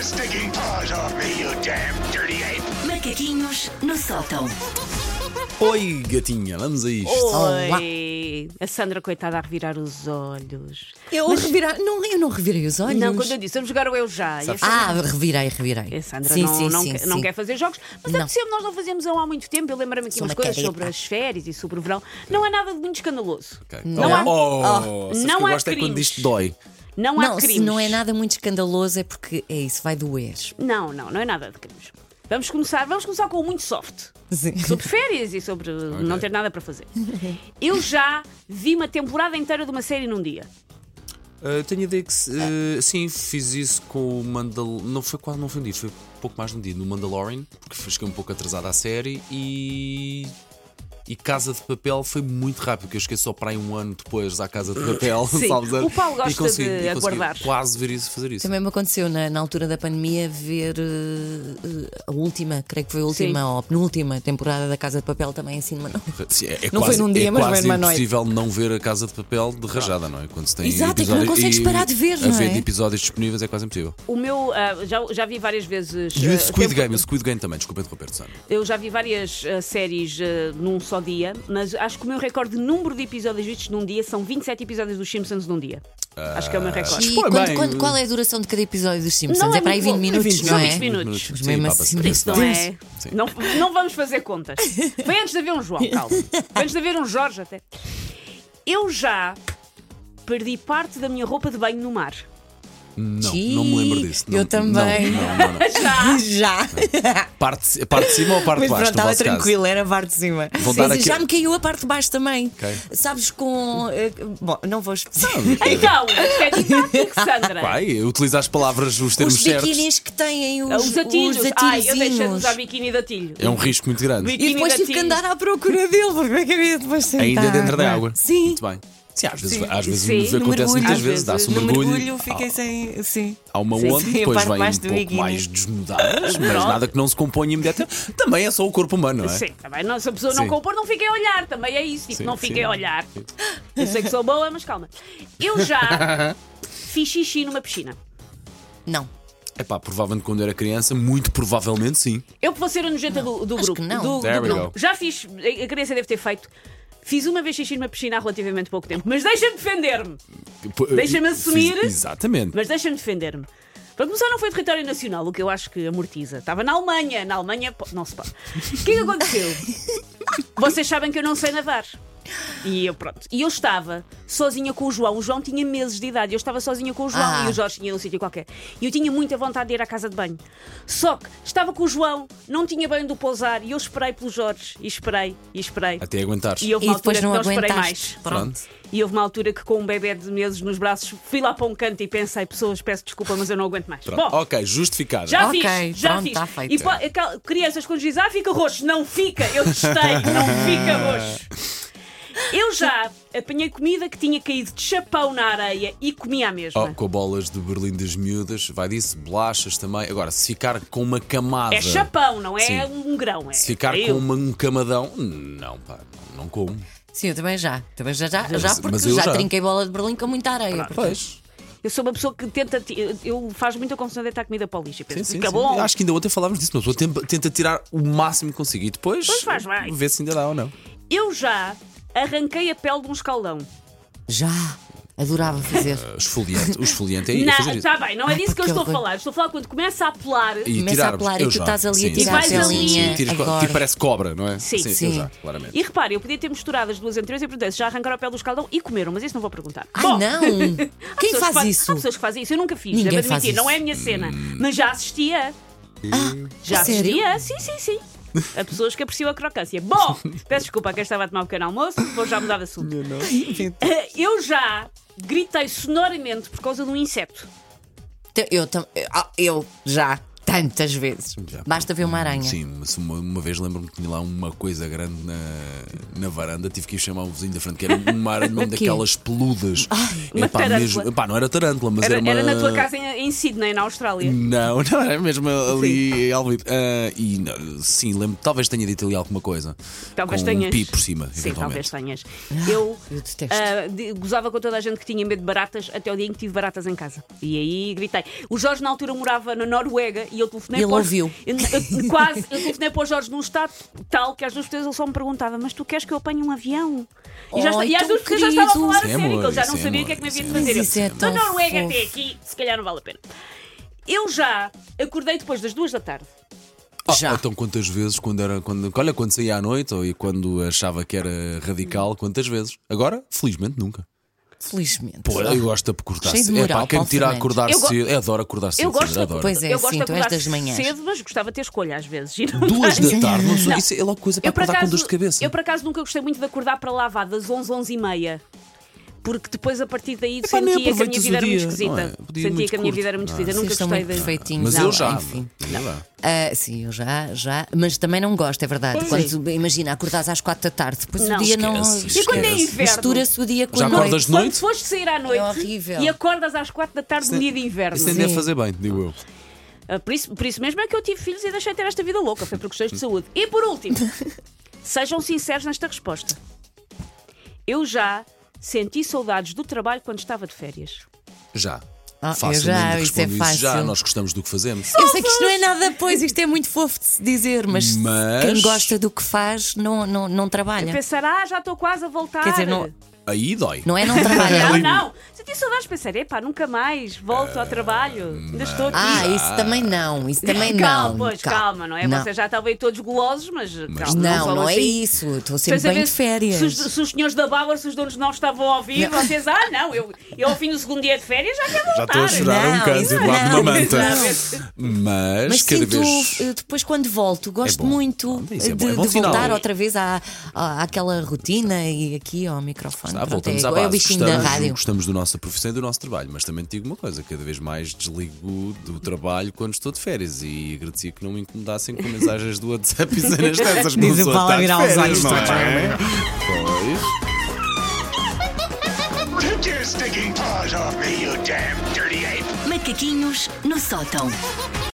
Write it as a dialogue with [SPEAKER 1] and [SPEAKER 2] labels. [SPEAKER 1] stinking paws off me, you damn dirty ape!
[SPEAKER 2] Macaquinhos no sótão.
[SPEAKER 3] Oi, gatinha, vamos a isto.
[SPEAKER 4] Oh. Oi! A Sandra, coitada, a revirar os olhos.
[SPEAKER 5] Eu revirar, não, eu não revirei os olhos.
[SPEAKER 4] Não, quando eu disse, vamos jogar o Eu Já. E a Sandra,
[SPEAKER 5] Ah, revirei, revirei.
[SPEAKER 4] a Sandra não, não, quer, não quer fazer jogos, mas
[SPEAKER 5] Não.
[SPEAKER 4] aconteceu nós não fazíamos há muito tempo. Eu lembro-me aqui
[SPEAKER 5] Sou
[SPEAKER 4] umas
[SPEAKER 5] uma
[SPEAKER 4] coisas
[SPEAKER 5] careta.
[SPEAKER 4] sobre as férias e sobre o verão. Não é nada de muito escandaloso.
[SPEAKER 3] Ok.
[SPEAKER 5] Não há-
[SPEAKER 3] oh, sabes
[SPEAKER 4] não
[SPEAKER 3] que eu
[SPEAKER 4] há
[SPEAKER 3] gosto é
[SPEAKER 4] crimes.
[SPEAKER 3] quando isto dói.
[SPEAKER 4] Não há
[SPEAKER 5] Não, se
[SPEAKER 4] crimes.
[SPEAKER 5] não é nada muito escandaloso, é porque é isso, vai doer.
[SPEAKER 4] Não, não, não é nada de crimes. Vamos começar, vamos começar com o muito soft.
[SPEAKER 5] Sim.
[SPEAKER 4] Sobre férias e sobre não ter nada para fazer. Eu já vi uma temporada inteira de uma série num dia.
[SPEAKER 3] Ah, tenho a ideia que se- ah, sim, fiz isso com o Mandal. Não foi quase, não foi um dia, foi pouco mais de um dia no Mandalorian, porque fiquei um pouco atrasado à série e. E Casa de Papel foi muito rápido, que eu esqueci só para aí um ano depois à Casa de Papel.
[SPEAKER 4] Sim,
[SPEAKER 3] sabes?
[SPEAKER 4] o Paulo
[SPEAKER 3] E
[SPEAKER 4] gosta
[SPEAKER 3] consegui-
[SPEAKER 4] de
[SPEAKER 3] e consegui
[SPEAKER 4] aguardar.
[SPEAKER 3] Quase ver isso, fazer isso.
[SPEAKER 5] Também me aconteceu na, na altura da pandemia ver eh, eh, a última, creio que foi a última
[SPEAKER 4] Sim.
[SPEAKER 5] ou a penúltima temporada da Casa de Papel também assim, mas não.
[SPEAKER 3] Sim, É, é
[SPEAKER 5] Não
[SPEAKER 3] quase,
[SPEAKER 5] foi num dia,
[SPEAKER 3] é
[SPEAKER 5] mas
[SPEAKER 3] quase
[SPEAKER 5] foi numa noite.
[SPEAKER 3] impossível não ver a Casa de Papel de rajada, não é? Quando se tem
[SPEAKER 5] Exato, é que não
[SPEAKER 3] episódios-
[SPEAKER 5] consegues
[SPEAKER 3] e-
[SPEAKER 5] parar de ver,
[SPEAKER 3] a
[SPEAKER 5] não
[SPEAKER 3] ver
[SPEAKER 5] é?
[SPEAKER 3] de episódios disponíveis é quase impossível.
[SPEAKER 4] O meu, ah, já, já vi várias vezes.
[SPEAKER 3] E
[SPEAKER 5] Eh,
[SPEAKER 3] o
[SPEAKER 4] ah,
[SPEAKER 3] Squid
[SPEAKER 4] tempo-
[SPEAKER 3] Game, o Squid Game também, desculpa interromper, Sandra.
[SPEAKER 4] Eu já vi várias ah, séries ah, num só dia, mas acho que o meu recorde de número de episódios vistos num dia são 27 episódios dos Simpsons num dia. acho que é o meu recorde.
[SPEAKER 5] E
[SPEAKER 3] pô, é
[SPEAKER 5] quanto-
[SPEAKER 3] bem-
[SPEAKER 5] quanto- qual é a duração de cada episódio dos Simpsons?
[SPEAKER 4] Não
[SPEAKER 5] é,
[SPEAKER 4] é
[SPEAKER 5] para aí
[SPEAKER 4] muito
[SPEAKER 5] 20
[SPEAKER 4] bom. É 20
[SPEAKER 5] minutos, não é?
[SPEAKER 4] minutos. minutos.
[SPEAKER 3] Sim,
[SPEAKER 5] Mesmo
[SPEAKER 3] papa-se,
[SPEAKER 5] assim,
[SPEAKER 3] parece
[SPEAKER 5] isso
[SPEAKER 4] Não
[SPEAKER 3] nada.
[SPEAKER 4] é?
[SPEAKER 3] Sim.
[SPEAKER 4] Não, não vamos fazer contas. Foi antes de haver um João, calma. Foi antes de haver um Jorge até. Eu já perdi parte da minha roupa de banho no mar.
[SPEAKER 3] Não, não me lembro disso.
[SPEAKER 5] Eu
[SPEAKER 3] Não,
[SPEAKER 5] também.
[SPEAKER 3] Não, não, não, não.
[SPEAKER 5] Ah, Já!
[SPEAKER 3] Parte, parte de cima ou parte de
[SPEAKER 5] Mas pronto,
[SPEAKER 3] baixo? no
[SPEAKER 5] estava
[SPEAKER 3] vosso caso?
[SPEAKER 5] tranquilo, era a parte de cima.
[SPEAKER 3] Vou dar
[SPEAKER 5] Sim, sim,
[SPEAKER 3] aqui-
[SPEAKER 5] Já me caiu a parte de baixo também.
[SPEAKER 3] Ok.
[SPEAKER 5] Sabes, com. eh, Bom, não vou explicar.
[SPEAKER 4] Então, isto é didático, Sandra.
[SPEAKER 3] Vai, utilizar as palavras, os termos
[SPEAKER 5] Os
[SPEAKER 3] certos.
[SPEAKER 5] biquinis que têm os,
[SPEAKER 4] Os atilhos.
[SPEAKER 5] os
[SPEAKER 4] Ai, eu deixei de
[SPEAKER 5] atirozinhos.
[SPEAKER 4] usar biquíni de atilho.
[SPEAKER 3] É um risco muito grande.
[SPEAKER 4] Biquíni
[SPEAKER 5] E depois
[SPEAKER 4] de
[SPEAKER 5] tive que
[SPEAKER 4] atilho.
[SPEAKER 5] andar à procura dele, porque é que havia depois sentar.
[SPEAKER 3] Ainda dentro da água.
[SPEAKER 5] Tá. Sim.
[SPEAKER 3] Muito bem. Sim, às vezes,
[SPEAKER 5] Sim.
[SPEAKER 3] às vezes
[SPEAKER 4] Sim.
[SPEAKER 3] acontece
[SPEAKER 4] No
[SPEAKER 5] mergulho.
[SPEAKER 3] muitas
[SPEAKER 5] Às
[SPEAKER 3] vezes,
[SPEAKER 4] vezes.
[SPEAKER 3] dá-se um
[SPEAKER 5] No
[SPEAKER 3] mergulho.
[SPEAKER 5] mergulho fiquei sem. Sim.
[SPEAKER 3] Há uma
[SPEAKER 5] Sim,
[SPEAKER 3] onda,
[SPEAKER 5] sim, a
[SPEAKER 3] depois
[SPEAKER 5] parte de
[SPEAKER 3] vem um
[SPEAKER 5] baixo do
[SPEAKER 3] pouco
[SPEAKER 5] biquíni.
[SPEAKER 3] mais desnudada, mas
[SPEAKER 4] Pronto.
[SPEAKER 3] nada que não se compõe imediatamente. Também é só o corpo humano, não é?
[SPEAKER 4] Sim, também não, se a pessoa não
[SPEAKER 3] Sim.
[SPEAKER 4] compor, não fiquem a olhar, também é isso. Tipo,
[SPEAKER 3] Sim,
[SPEAKER 4] não
[SPEAKER 3] sim.
[SPEAKER 4] fiquem a olhar. Eu sei que sou boa, mas calma. Eu já fiz xixi numa piscina.
[SPEAKER 5] Não.
[SPEAKER 3] É pá, provavelmente quando era criança, muito provavelmente sim.
[SPEAKER 4] Eu que vou ser a nojenta do, do
[SPEAKER 5] acho
[SPEAKER 4] grupo.
[SPEAKER 5] que não.
[SPEAKER 4] Do, do
[SPEAKER 3] There we
[SPEAKER 4] grupo.
[SPEAKER 3] go.
[SPEAKER 4] Já fiz, a criança deve ter feito. Fiz uma vez xixi numa piscina há relativamente pouco tempo, mas deixa-me defender-me.
[SPEAKER 3] P- eh,
[SPEAKER 4] Deixa-me
[SPEAKER 3] fiz-
[SPEAKER 4] assumir.
[SPEAKER 3] Exatamente.
[SPEAKER 4] Mas deixa-me defender-me. Para começar, não foi território nacional, o que eu acho que amortiza. Estava na Alemanha. Na Alemanha, po- não se pode. O que é que aconteceu? Vocês sabem que eu não sei nadar. E eu, pronto. E eu estava sozinha com o João. O João tinha meses de idade. Eu estava sozinha com o João
[SPEAKER 5] Ah.
[SPEAKER 4] e o Jorge tinha num sítio qualquer. E eu tinha muita vontade de ir à casa de banho. Só que estava com o João, não tinha banho do pousar. E eu esperei pelo Jorge. E esperei, e esperei.
[SPEAKER 3] Até aguentares.
[SPEAKER 4] E houve
[SPEAKER 5] E
[SPEAKER 4] uma
[SPEAKER 5] depois
[SPEAKER 4] altura que
[SPEAKER 5] não
[SPEAKER 4] não esperei
[SPEAKER 5] aguentaste.
[SPEAKER 4] mais.
[SPEAKER 5] Pronto.
[SPEAKER 4] E houve uma altura que, com um bebê de meses nos braços, fui lá para um canto e pensei: pessoas, peço desculpa, mas eu não aguento mais.
[SPEAKER 3] Pronto.
[SPEAKER 4] Bom,
[SPEAKER 3] ok, justificada.
[SPEAKER 4] já
[SPEAKER 5] Ok,
[SPEAKER 4] fiz, já
[SPEAKER 5] pronto,
[SPEAKER 4] fiz.
[SPEAKER 5] tá feito.
[SPEAKER 4] E po- aquel- crianças, quando dizem, ah, fica roxo, não fica, eu testei, não fica roxo. Eu já apanhei comida que tinha caído de chapão na areia e comi à
[SPEAKER 3] Oh,
[SPEAKER 4] mesma.
[SPEAKER 3] com bolas de Berlim das miúdas, vai disso, bolachas também. Agora, se ficar com uma camada.
[SPEAKER 4] é chapão, não é
[SPEAKER 3] Sim.
[SPEAKER 4] um grão. É,
[SPEAKER 3] Se ficar
[SPEAKER 4] é
[SPEAKER 3] com
[SPEAKER 4] eu.
[SPEAKER 3] uma- um camadão, não, pá, não como.
[SPEAKER 5] Sim, eu também já. Também já, já, já
[SPEAKER 3] mas
[SPEAKER 5] porque
[SPEAKER 3] eu
[SPEAKER 5] já,
[SPEAKER 3] já.
[SPEAKER 5] trinquei bola de Berlim com muita areia.
[SPEAKER 4] Ah,
[SPEAKER 5] portanto.
[SPEAKER 3] Pois.
[SPEAKER 4] Eu sou uma pessoa que tenta. ti- eu- Eu faço muita confusão de deitar comida para o lixo. Eu
[SPEAKER 3] Sim,
[SPEAKER 4] penso,
[SPEAKER 3] sim,
[SPEAKER 4] fica
[SPEAKER 3] sim.
[SPEAKER 4] é bom.
[SPEAKER 3] Acho que ainda ontem falávamos disso, mas a pessoa tempa- tenta tirar o máximo que consiga e depois
[SPEAKER 4] Pois faz bem.
[SPEAKER 3] vê se ainda dá ou não.
[SPEAKER 4] Eu já arranquei a pele de um escaldão.
[SPEAKER 5] Já. Adorava fazer.
[SPEAKER 3] Uh, Esfoliante, o esfoliante é, é fazer isso.
[SPEAKER 4] Está bem, não é disso que eu
[SPEAKER 5] porque
[SPEAKER 4] estou a
[SPEAKER 5] horror.
[SPEAKER 4] falar. Estou a falar quando começa a apelar.
[SPEAKER 3] E
[SPEAKER 5] Começa a
[SPEAKER 3] tirarmos.
[SPEAKER 5] apelar e
[SPEAKER 3] Eu
[SPEAKER 5] tu
[SPEAKER 3] já.
[SPEAKER 5] estás ali a
[SPEAKER 3] Sim,
[SPEAKER 5] tirar
[SPEAKER 4] a
[SPEAKER 3] sim, sim, sim.
[SPEAKER 4] pelinha.
[SPEAKER 3] Tiras co-
[SPEAKER 5] Agora.
[SPEAKER 3] Tipo parece cobra, não é?
[SPEAKER 4] Sim.
[SPEAKER 3] sim. Eu
[SPEAKER 5] Sim.
[SPEAKER 3] já, claramente.
[SPEAKER 4] E repare, eu podia ter misturado as duas anteriores e perguntei se já arrancaram a pele do escaldão e comeram, mas isso não vou perguntar.
[SPEAKER 5] Ai,
[SPEAKER 4] Bom, há
[SPEAKER 5] não! Quem
[SPEAKER 4] pessoas que
[SPEAKER 5] faz
[SPEAKER 4] fazem-
[SPEAKER 5] isso?
[SPEAKER 4] Há pessoas que fazem isso, eu nunca fiz,
[SPEAKER 5] Ninguém
[SPEAKER 4] devo
[SPEAKER 5] faz
[SPEAKER 4] admitir, não
[SPEAKER 5] isso. Hum.
[SPEAKER 4] é a minha cena, mas já assistia. Ah, já
[SPEAKER 5] a sério?
[SPEAKER 4] assistia, sim, sim, sim. A pessoas que apreciam a crocância. Bom, peço desculpa a quem estava a tomar um pequeno almoço, vou já mudar de assunto. Eh, Eu já gritei sonoramente por causa de um inseto.
[SPEAKER 5] Te- Eu, tam- ah, eu já. Tantas vezes.
[SPEAKER 3] Já.
[SPEAKER 5] Basta ver uma aranha.
[SPEAKER 3] Sim, mas uma, uma vez lembro-me que tinha lá uma coisa grande na, na varanda, tive que ir chamar um vizinho da frente, que era uma aranha mesmo
[SPEAKER 5] quê?
[SPEAKER 3] daquelas peludas.
[SPEAKER 4] uma
[SPEAKER 3] Epá,
[SPEAKER 4] tarântula.
[SPEAKER 3] mesmo- epá, não era tarântula, mas era,
[SPEAKER 4] Era,
[SPEAKER 3] uma.
[SPEAKER 4] era na tua casa em, em em Sydney, na Austrália.
[SPEAKER 3] Não, não, era mesmo ali em Alvito. Ah, e não, sim, lembro, talvez tenha dito ali alguma coisa.
[SPEAKER 4] Talvez
[SPEAKER 3] com
[SPEAKER 4] tenhas.
[SPEAKER 3] Um pi por cima,
[SPEAKER 4] Sim, talvez
[SPEAKER 3] eventualmente.
[SPEAKER 4] tenhas. Eu,
[SPEAKER 5] eu detesto.
[SPEAKER 4] ah, de- gozava com toda a gente que tinha medo de baratas até o dia em que tive baratas em casa. E aí gritei. O Jorge, na altura, morava na Noruega e eu telefonei
[SPEAKER 5] Ele
[SPEAKER 4] para o-
[SPEAKER 5] ouviu.
[SPEAKER 4] Eu, eu- quase. Eu telefonei para o Jorge num estado tal que às duas vezes ele só me perguntava: Mas tu queres que eu apanhe um avião? E, já,
[SPEAKER 5] Oh,
[SPEAKER 4] está- e às
[SPEAKER 5] tão
[SPEAKER 4] duas vezes eu já estava a falar a
[SPEAKER 3] querido.
[SPEAKER 4] sério,
[SPEAKER 3] Isso é
[SPEAKER 4] que ele já
[SPEAKER 3] amor,
[SPEAKER 4] não
[SPEAKER 3] isso é
[SPEAKER 4] sabia o que é que
[SPEAKER 3] amor,
[SPEAKER 4] me havia de
[SPEAKER 3] isso é
[SPEAKER 4] fazer.
[SPEAKER 5] amor. Mas isso é
[SPEAKER 4] Eu,
[SPEAKER 5] tão
[SPEAKER 4] "Da Noruega
[SPEAKER 5] fofo.
[SPEAKER 4] até aqui, se calhar não vale a pena. Eu já acordei depois das duas da tarde.
[SPEAKER 3] Ah,
[SPEAKER 5] Já.
[SPEAKER 3] Então, quantas vezes, quando era. Quando, olha, quando saía à noite ou e quando achava que era radical, quantas vezes? Agora, felizmente, nunca.
[SPEAKER 5] Felizmente.
[SPEAKER 3] Pô, eu gosto de acordar
[SPEAKER 5] Cheio de
[SPEAKER 3] cedo. É
[SPEAKER 5] moral,
[SPEAKER 3] pá, quem me
[SPEAKER 5] Paulo
[SPEAKER 3] tira a
[SPEAKER 5] Fernandes.
[SPEAKER 3] acordar
[SPEAKER 4] Eu go-
[SPEAKER 3] cedo. Eu adoro acordar cedo.
[SPEAKER 4] Eu gosto
[SPEAKER 3] sim,
[SPEAKER 4] de
[SPEAKER 3] adoro.
[SPEAKER 4] acordar,
[SPEAKER 5] Pois é,
[SPEAKER 4] eu gosto
[SPEAKER 5] sim,
[SPEAKER 4] de
[SPEAKER 5] tu és
[SPEAKER 4] acordar
[SPEAKER 5] das manhãs.
[SPEAKER 4] cedo, mas gostava de ter escolha às vezes. E não
[SPEAKER 3] Duas da
[SPEAKER 4] tenho.
[SPEAKER 3] tarde, uma pessoa-
[SPEAKER 4] Não.
[SPEAKER 3] isso é logo coisa para
[SPEAKER 4] Eu, por
[SPEAKER 3] acordar com
[SPEAKER 4] acaso-
[SPEAKER 3] dores de cabeça.
[SPEAKER 4] Eu, por acaso, nunca gostei muito de acordar para lavar das 11, 11 e meia. Porque depois, a partir
[SPEAKER 3] nem
[SPEAKER 4] daí, sentia que a minha
[SPEAKER 3] aproveitas o
[SPEAKER 4] vida era muito
[SPEAKER 3] dia, não é?
[SPEAKER 4] esquisita.
[SPEAKER 3] O dia é
[SPEAKER 4] Sentia
[SPEAKER 3] muito
[SPEAKER 4] que a minha
[SPEAKER 3] curto.
[SPEAKER 4] vida era muito
[SPEAKER 3] Ah,
[SPEAKER 4] esquisita. Nunca
[SPEAKER 5] Vocês são
[SPEAKER 4] gostei
[SPEAKER 5] muito
[SPEAKER 4] de.
[SPEAKER 5] perfeitinhos.
[SPEAKER 3] Mas
[SPEAKER 5] não,
[SPEAKER 3] eu já.
[SPEAKER 5] Enfim.
[SPEAKER 3] eu já.
[SPEAKER 5] Ah, sim, eu já, já. Mas também não gosto, é verdade. Quando, imagina, acordares às quatro da tarde, depois
[SPEAKER 4] Não.
[SPEAKER 5] o dia não.
[SPEAKER 3] Esquece,
[SPEAKER 4] E quando é
[SPEAKER 3] Esquece.
[SPEAKER 4] inverno?
[SPEAKER 5] Mistura-se o dia com
[SPEAKER 3] Já
[SPEAKER 5] a noite.
[SPEAKER 3] acordas de
[SPEAKER 4] Quando
[SPEAKER 3] noite?
[SPEAKER 4] foste sair à noite
[SPEAKER 5] É horrível.
[SPEAKER 4] e acordas às 4 da tarde no dia de inverno.
[SPEAKER 3] Isso é nem deve
[SPEAKER 5] Sim.
[SPEAKER 3] fazer bem, digo eu.
[SPEAKER 4] Ah, Por isso, por isso mesmo é que eu tive filhos e deixei de ter esta vida louca. Foi por questões de saúde. E por último, sejam sinceros nesta resposta. Eu já senti saudades do trabalho quando estava de férias.
[SPEAKER 3] Já.
[SPEAKER 5] Ah, eu
[SPEAKER 3] Facilmente
[SPEAKER 5] já, isso é
[SPEAKER 3] respondo isso já.
[SPEAKER 5] fácil.
[SPEAKER 3] Nós gostamos do que fazemos.
[SPEAKER 5] Eu sei que isto não é nada, pois, isto é muito fofo de se dizer, mas,
[SPEAKER 3] Mas-
[SPEAKER 5] quem gosta do que faz não, não, não trabalha.
[SPEAKER 4] Pensar, ah, já estou quase a voltar.
[SPEAKER 5] Quer dizer, não-
[SPEAKER 3] Aí dói.
[SPEAKER 5] Não é não
[SPEAKER 4] Não,
[SPEAKER 5] trabalha.
[SPEAKER 4] não. Senti saudades, pensar, epá, nunca mais volto ao trabalho. Ainda estou aqui.
[SPEAKER 5] Ah, isso também não, isso também
[SPEAKER 4] calma,
[SPEAKER 5] não.
[SPEAKER 4] pois, calma, não é? Vocês já estavam aí todos golosos, mas, calma.
[SPEAKER 5] Não,
[SPEAKER 4] falam
[SPEAKER 5] não é
[SPEAKER 4] assim.
[SPEAKER 5] isso. Estou sempre
[SPEAKER 4] Estás a
[SPEAKER 5] bem
[SPEAKER 4] ver
[SPEAKER 5] de
[SPEAKER 4] se-
[SPEAKER 5] tá férias.
[SPEAKER 4] Se, os- se os senhores da Bauer, se os donos novos estavam a ouvir, vocês, ah, não, eu, eu ao fim do segundo dia de férias já quero voltar.
[SPEAKER 3] Já estou a chorar
[SPEAKER 5] Não,
[SPEAKER 3] um canto
[SPEAKER 5] isso
[SPEAKER 3] do lado de uma
[SPEAKER 5] não,
[SPEAKER 3] manta.
[SPEAKER 5] isso
[SPEAKER 3] Mas,
[SPEAKER 5] Mas
[SPEAKER 3] cada
[SPEAKER 5] sinto,
[SPEAKER 3] vez.
[SPEAKER 5] eh, depois quando volto, gosto
[SPEAKER 3] bom.
[SPEAKER 5] muito
[SPEAKER 3] Ah, isso
[SPEAKER 5] de,
[SPEAKER 3] é bom, é bom
[SPEAKER 5] de
[SPEAKER 3] sinal.
[SPEAKER 5] voltar outra vez à, à- àquela rotina e aqui ao microfone.
[SPEAKER 3] Ah,
[SPEAKER 5] Pronto,
[SPEAKER 3] voltamos
[SPEAKER 5] é,
[SPEAKER 3] à
[SPEAKER 5] é
[SPEAKER 3] base.
[SPEAKER 5] o bichinho
[SPEAKER 3] gostamos,
[SPEAKER 5] da rádio.
[SPEAKER 3] gostamos da nossa profissão e do nosso trabalho, mas também te digo uma coisa: cada vez mais desligo do trabalho quando estou de férias e agradecia que não me incomodassem com mensagens do WhatsApp e cenas dessas. que
[SPEAKER 5] Diz
[SPEAKER 3] uma
[SPEAKER 5] o
[SPEAKER 3] pessoa
[SPEAKER 5] Paulo a
[SPEAKER 3] está de
[SPEAKER 5] virar os olhos
[SPEAKER 3] férias, não
[SPEAKER 5] todos.
[SPEAKER 3] é? Pois.
[SPEAKER 1] Take your stinking paws off me, you damn dirty ape!
[SPEAKER 2] Macaquinhos no sótão.